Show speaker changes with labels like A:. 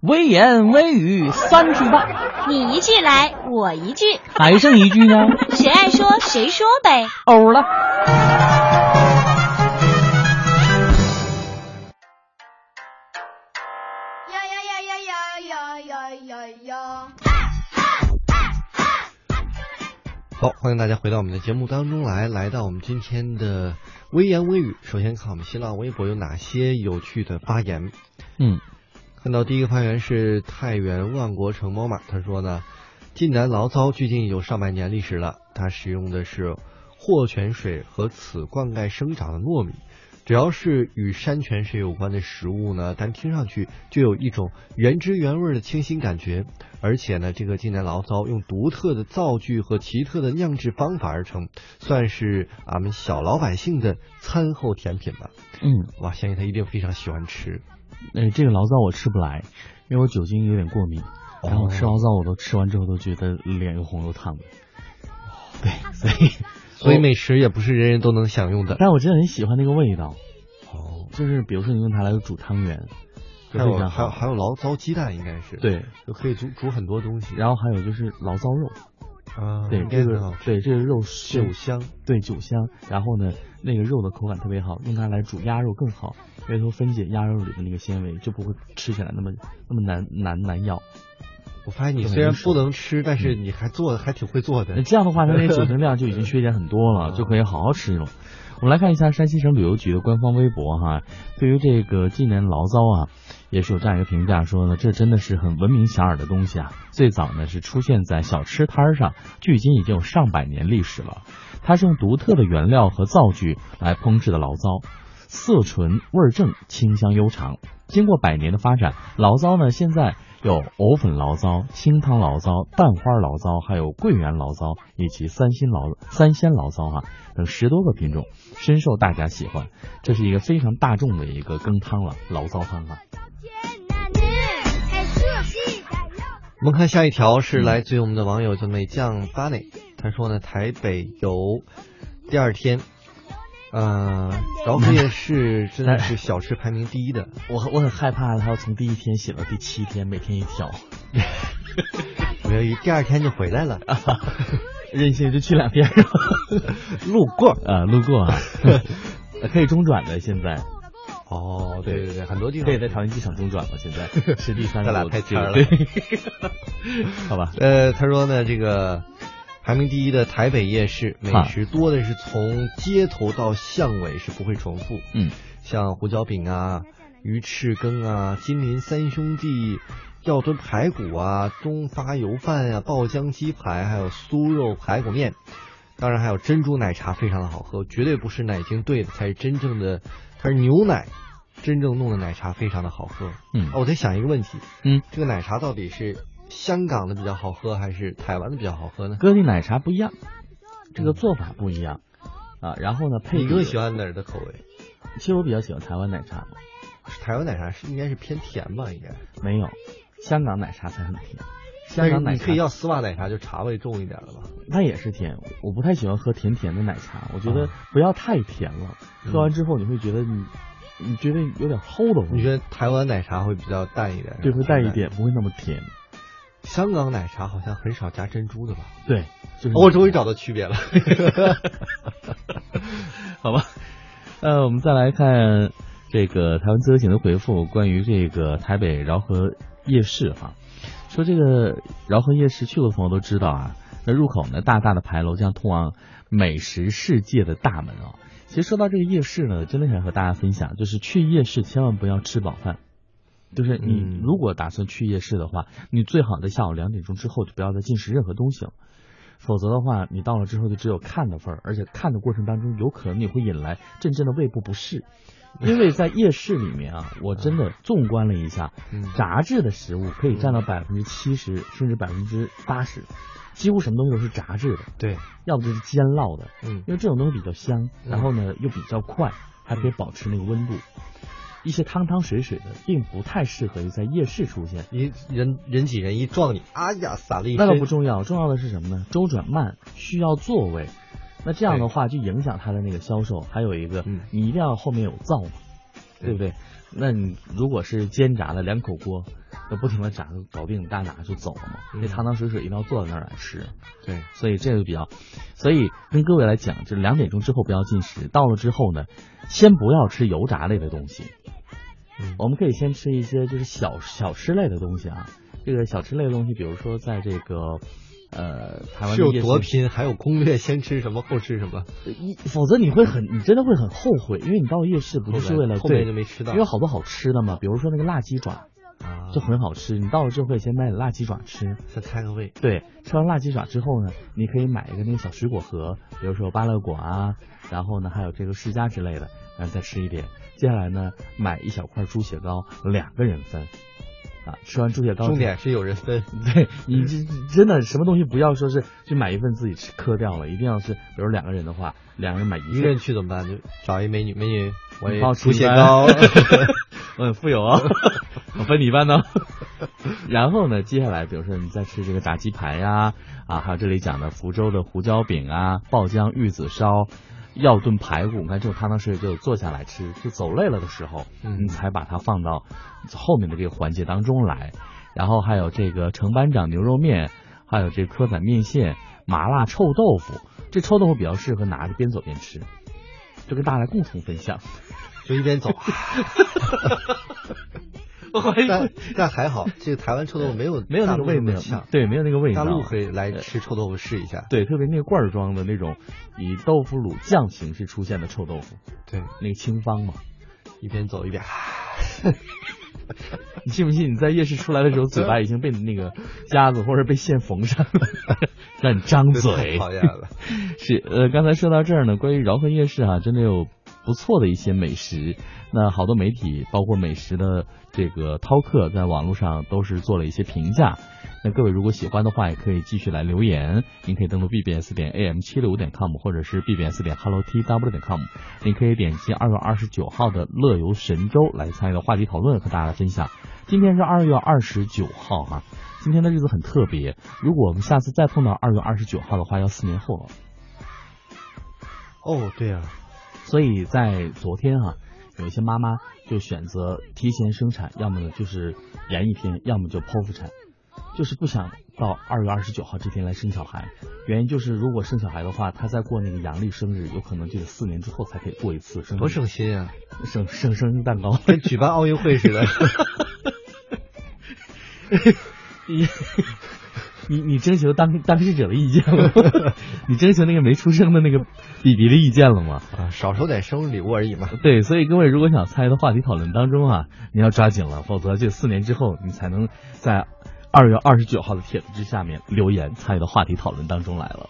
A: 微言微语三句半，
B: 你一句来，我一句，
A: 还剩一句呢，
B: 谁爱说谁说呗。
A: 欧了。
C: 呀呀呀呀呀呀呀呀呀！
D: 好，欢迎大家回到我们的节目当中来，来到我们今天的微言微语。首先看我们新浪微博有哪些有趣的发言。
A: 嗯，
D: 看到第一个发言是太原万国城猫马，他说呢，晋南醪糟距今有上百年历史了，它使用的是霍泉水和此灌溉生长的糯米。只要是与山泉水有关的食物呢，单听上去就有一种原汁原味的清新感觉。而且呢，这个晋南醪糟用独特的造具和奇特的酿制方法而成，算是俺们小老百姓的餐后甜品吧。
E: 嗯，
D: 哇，相信他一定非常喜欢吃。
E: 呃，这个醪糟我吃不来，因为我酒精有点过敏。然后吃醪糟，我都吃完之后都觉得脸又红又烫的。对，所以，
D: 所以美食也不是人人都能享用的。
E: 但我真的很喜欢那个味道，
D: 哦，
E: 就是比如说你用它来煮汤圆，就
D: 还有
E: 非常
D: 还有
E: 好。
D: 还有醪糟鸡蛋应该是，
E: 对，
D: 就可以煮煮很多东西。
E: 然后还有就是醪糟肉，
D: 啊，
E: 对
D: 应该
E: 这
D: 很好
E: 个
D: 吃
E: 对这个肉
D: 酒
E: 是
D: 香，
E: 对酒香，然后呢那个肉的口感特别好，用它来煮鸭肉更好，因为它会分解鸭肉里的那个纤维，就不会吃起来那么那么难难难咬。
D: 我发现你
E: 很
D: 虽然
E: 优秀
D: 不能吃，但是你还做还挺会做的
E: 那。这样的话，它那个酒精量就已经削减很多了，就可以好好吃了。我们来看一下山西省旅游局的官方微博哈，对于这个济南醪糟啊，也是有这样一个评价说呢，这真的是很闻名遐迩的东西啊。最早呢是出现在小吃摊儿上，距今已经有上百年历史了。它是用独特的原料和灶具来烹制的醪糟，色纯味正，清香悠长。经过百年的发展，醪糟呢现在有藕粉醪糟、清汤醪糟、蛋花醪糟，还有桂圆醪糟以及三鲜醪三鲜醪糟哈、等十多个品种，深受大家喜欢。这是一个非常大众的一个羹汤了，醪糟汤啊。
D: 我们看下一条是来自于我们的网友叫美酱巴内，他说呢，台北游第二天，呃，饶河夜市真的是小吃排名第 一的。
E: 我我很害怕，他要从第一天写到第七天，每天一条，
D: 没有，第二天就回来了。
E: 任性就去两天，路过啊，路过 啊，可以中转的现在。
D: 哦，对对对，很多地方
E: 可以在朝阳机场中转了，现 在是第三
D: 咱俩
E: 国
D: 太
E: 际
D: 天儿了
E: 对， 好吧，
D: 呃，他说呢，这个排名第一的台北夜市美
E: 啊
D: 食多的是呃从街头到巷尾是不会重复，
E: 嗯，
D: 像胡椒饼啊、鱼翅羹啊、金鳞三兄弟、药炖排骨啊、中发油饭啊、爆浆鸡排，还有酥肉排骨面。当然还有珍珠奶茶，非常的好喝，绝对不是奶精兑的，才是真正的，它是牛奶，真正弄的奶茶非常的好喝。
E: 嗯
D: 啊，我在想一个问题，
E: 嗯，
D: 这个奶茶到底是香港的比较好喝，还是台湾的比较好喝呢？
E: 各地奶茶不一样，这个做法不一样啊。然后呢，配
D: 你
E: 比
D: 更喜？欢哪儿的口味？
E: 其实我比较喜欢台湾奶茶，
D: 台湾奶茶是应该是偏甜吧，应该。
E: 没有香港奶茶才很甜。香港
D: 但
E: 奶
D: 是你可
E: 茶
D: 以要丝袜奶茶，就茶味重一点的吧。
E: 它也是甜，我不太喜欢喝甜甜的奶茶，我觉得
D: 啊
E: 不要太甜了，
D: 嗯
E: 喝完之后你会觉得你你觉得有点齁的味道，
D: 你觉得台湾奶茶会比较淡一点？
E: 对会淡一。点，不会那么甜。
D: 香港奶茶好像很少加珍珠的吧？哦
E: 对，就是
D: 我终于找到 区别了。
E: 好吧，呃，我们再来看这个台湾自由行的回复，关于这个台北饶河夜市哈、说这个饶河夜市去过的朋友都知道啊，那入口呢大大的牌楼将通往美食世界的大门啊。其实说到这个夜市呢，真的想和大家分享，就是去夜市千万不要吃饱饭。就是你
D: 嗯
E: 如果打算去夜市的话，你最好在下午两点钟之后就不要再进食任何东西了，否则的话，你到了之后就只有看的份儿，而且看的过程当中，有可能你会引来阵阵的胃部不适。因为在夜市里面啊，我真的纵观了一下，
D: 嗯
E: 炸制的食物可以占到百分之七十甚至百分之八十，几乎什么东西都是炸制的，
D: 对，
E: 要不就是煎烙的，
D: 嗯
E: 因为这种东西比较香，然后呢又比较快，还可以保持那个温度。一些汤汤水水的，并不太适合于在夜市出现。
D: 一人人挤人一撞你，啊呀，洒了一身。
E: 那倒不重要，重要的是什么呢？周转慢，需要座位。那这样的话就影响它的那个销售。还有一个，
D: 嗯
E: 你一定要后面有灶嘛，对不对？那你如果是煎炸的两口锅，就不停的炸搞定大拿就走了嘛，
D: 嗯
E: 那汤汤水水一定要坐在那儿来吃，
D: 对，
E: 所以这个比较，所以跟各位来讲，就是两点钟之后不要进食，到了之后呢，先不要吃油炸类的东西，
D: 嗯
E: 我们可以先吃一些就是小小吃类的东西啊，这个小吃类的东西，比如说在这个。呃，台湾
D: 是
E: 的
D: 有
E: 夜市
D: 多拼，还有攻略，先吃什么后吃什么，
E: 你否则你会很，你真的会很后悔，因为你到夜市不就是为了
D: 后面
E: 对
D: 就没吃到
E: 因为有好多好吃的嘛，比如说那个辣鸡爪
D: 啊
E: 就很好吃，你到了之后可以先买点辣鸡爪吃。
D: 再开个胃。
E: 对，吃完辣鸡爪之后呢，你可以买一个那个小水果盒，比如说有芭乐果啊，然后呢还有这个释迦之类的，然后再吃一点。接下来呢，买一小块猪血糕，两个人分。啊，吃完猪血糕之后，
D: 重点是有人分，
E: 对你这真的什么东西不要说是去买一份自己吃嗑掉了，一定要是比如两个人的话，两个人买一
D: 一
E: 份
D: 个人去怎么办？就找一美女，美
E: 嗯
D: 女，我也
E: 帮我吃
D: 猪
E: 一
D: 血
E: 碗
D: 糕。
E: 我很富有啊，我分你一半呢。 然后呢，接下来比如说你再吃这个炸鸡排呀、啊，还有这里讲的福州的胡椒饼啊、爆浆玉子烧、药炖排骨，你看这种汤汤水水就坐下来吃，就走累了的时候，
D: 嗯
E: 你才把它放到后面的这个环节当中来。然后还有这个程班长牛肉面，还有这蚵仔面线、麻辣臭豆腐。这臭豆腐比较适合拿着边走边吃，就跟大家来共同分享。
D: 就一边走。啊但但还好，这个台湾臭豆腐没有
E: 没有那
D: 大
E: 个
D: 陆
E: 味
D: 么
E: 道
D: 呛，
E: 对没有那个味
D: 大
E: 道
D: 陆可以来吃臭豆腐试一下。
E: 对，特别那个罐儿装的那种以豆腐乳酱形式出现的臭豆腐，
D: 对，
E: 那个清芳嘛。
D: 一边走一边。啊
E: 你信不信？你在夜市出来的时候，嘴巴已经被那个夹子或者被线缝上了，让你张 嘴
D: 太。讨 厌了。
E: 是呃，刚才说到这儿呢，关于饶河夜市啊，真的有不错的一些美食。那好多媒体，包括美食的这个饕客，在网络上都是做了一些评价。那各位如果喜欢的话，也可以继续来留言。您可以登录 bbs 点 am 七六五点 com，或者是 bbs 点 hello tw 点 com。您可以点击二月二十九号的乐游神州来参与到话题讨论，和大家分享。今天是二月二十九号哈、今天的日子很特别。如果我们下次再碰到二月二十九号的话，要四年后了。
D: 哦，对啊，
E: 所以在昨天啊，有一些妈妈就选择提前生产，要么呢就是延一天，要么就剖腹产，就是不想到二月二十九号这天来生小孩。原因就是如果生小孩的话，她再过那个阳历生日，有可能就得四年之后才可以过一次生日
D: 多省心啊，
E: 生生生日蛋糕。
D: 跟举办奥运会似的。
E: 你你你征求当当事者的意见了 吗？你征求那个没出生的那个弟弟的意见了吗？
D: 啊，少收点生日礼物而已嘛。
E: 对，所以各位如果想参与到话题讨论当中啊，你要抓紧了，否则这四年之后你才能在二月二十九号的帖子之下面留言参与到话题讨论当中来了。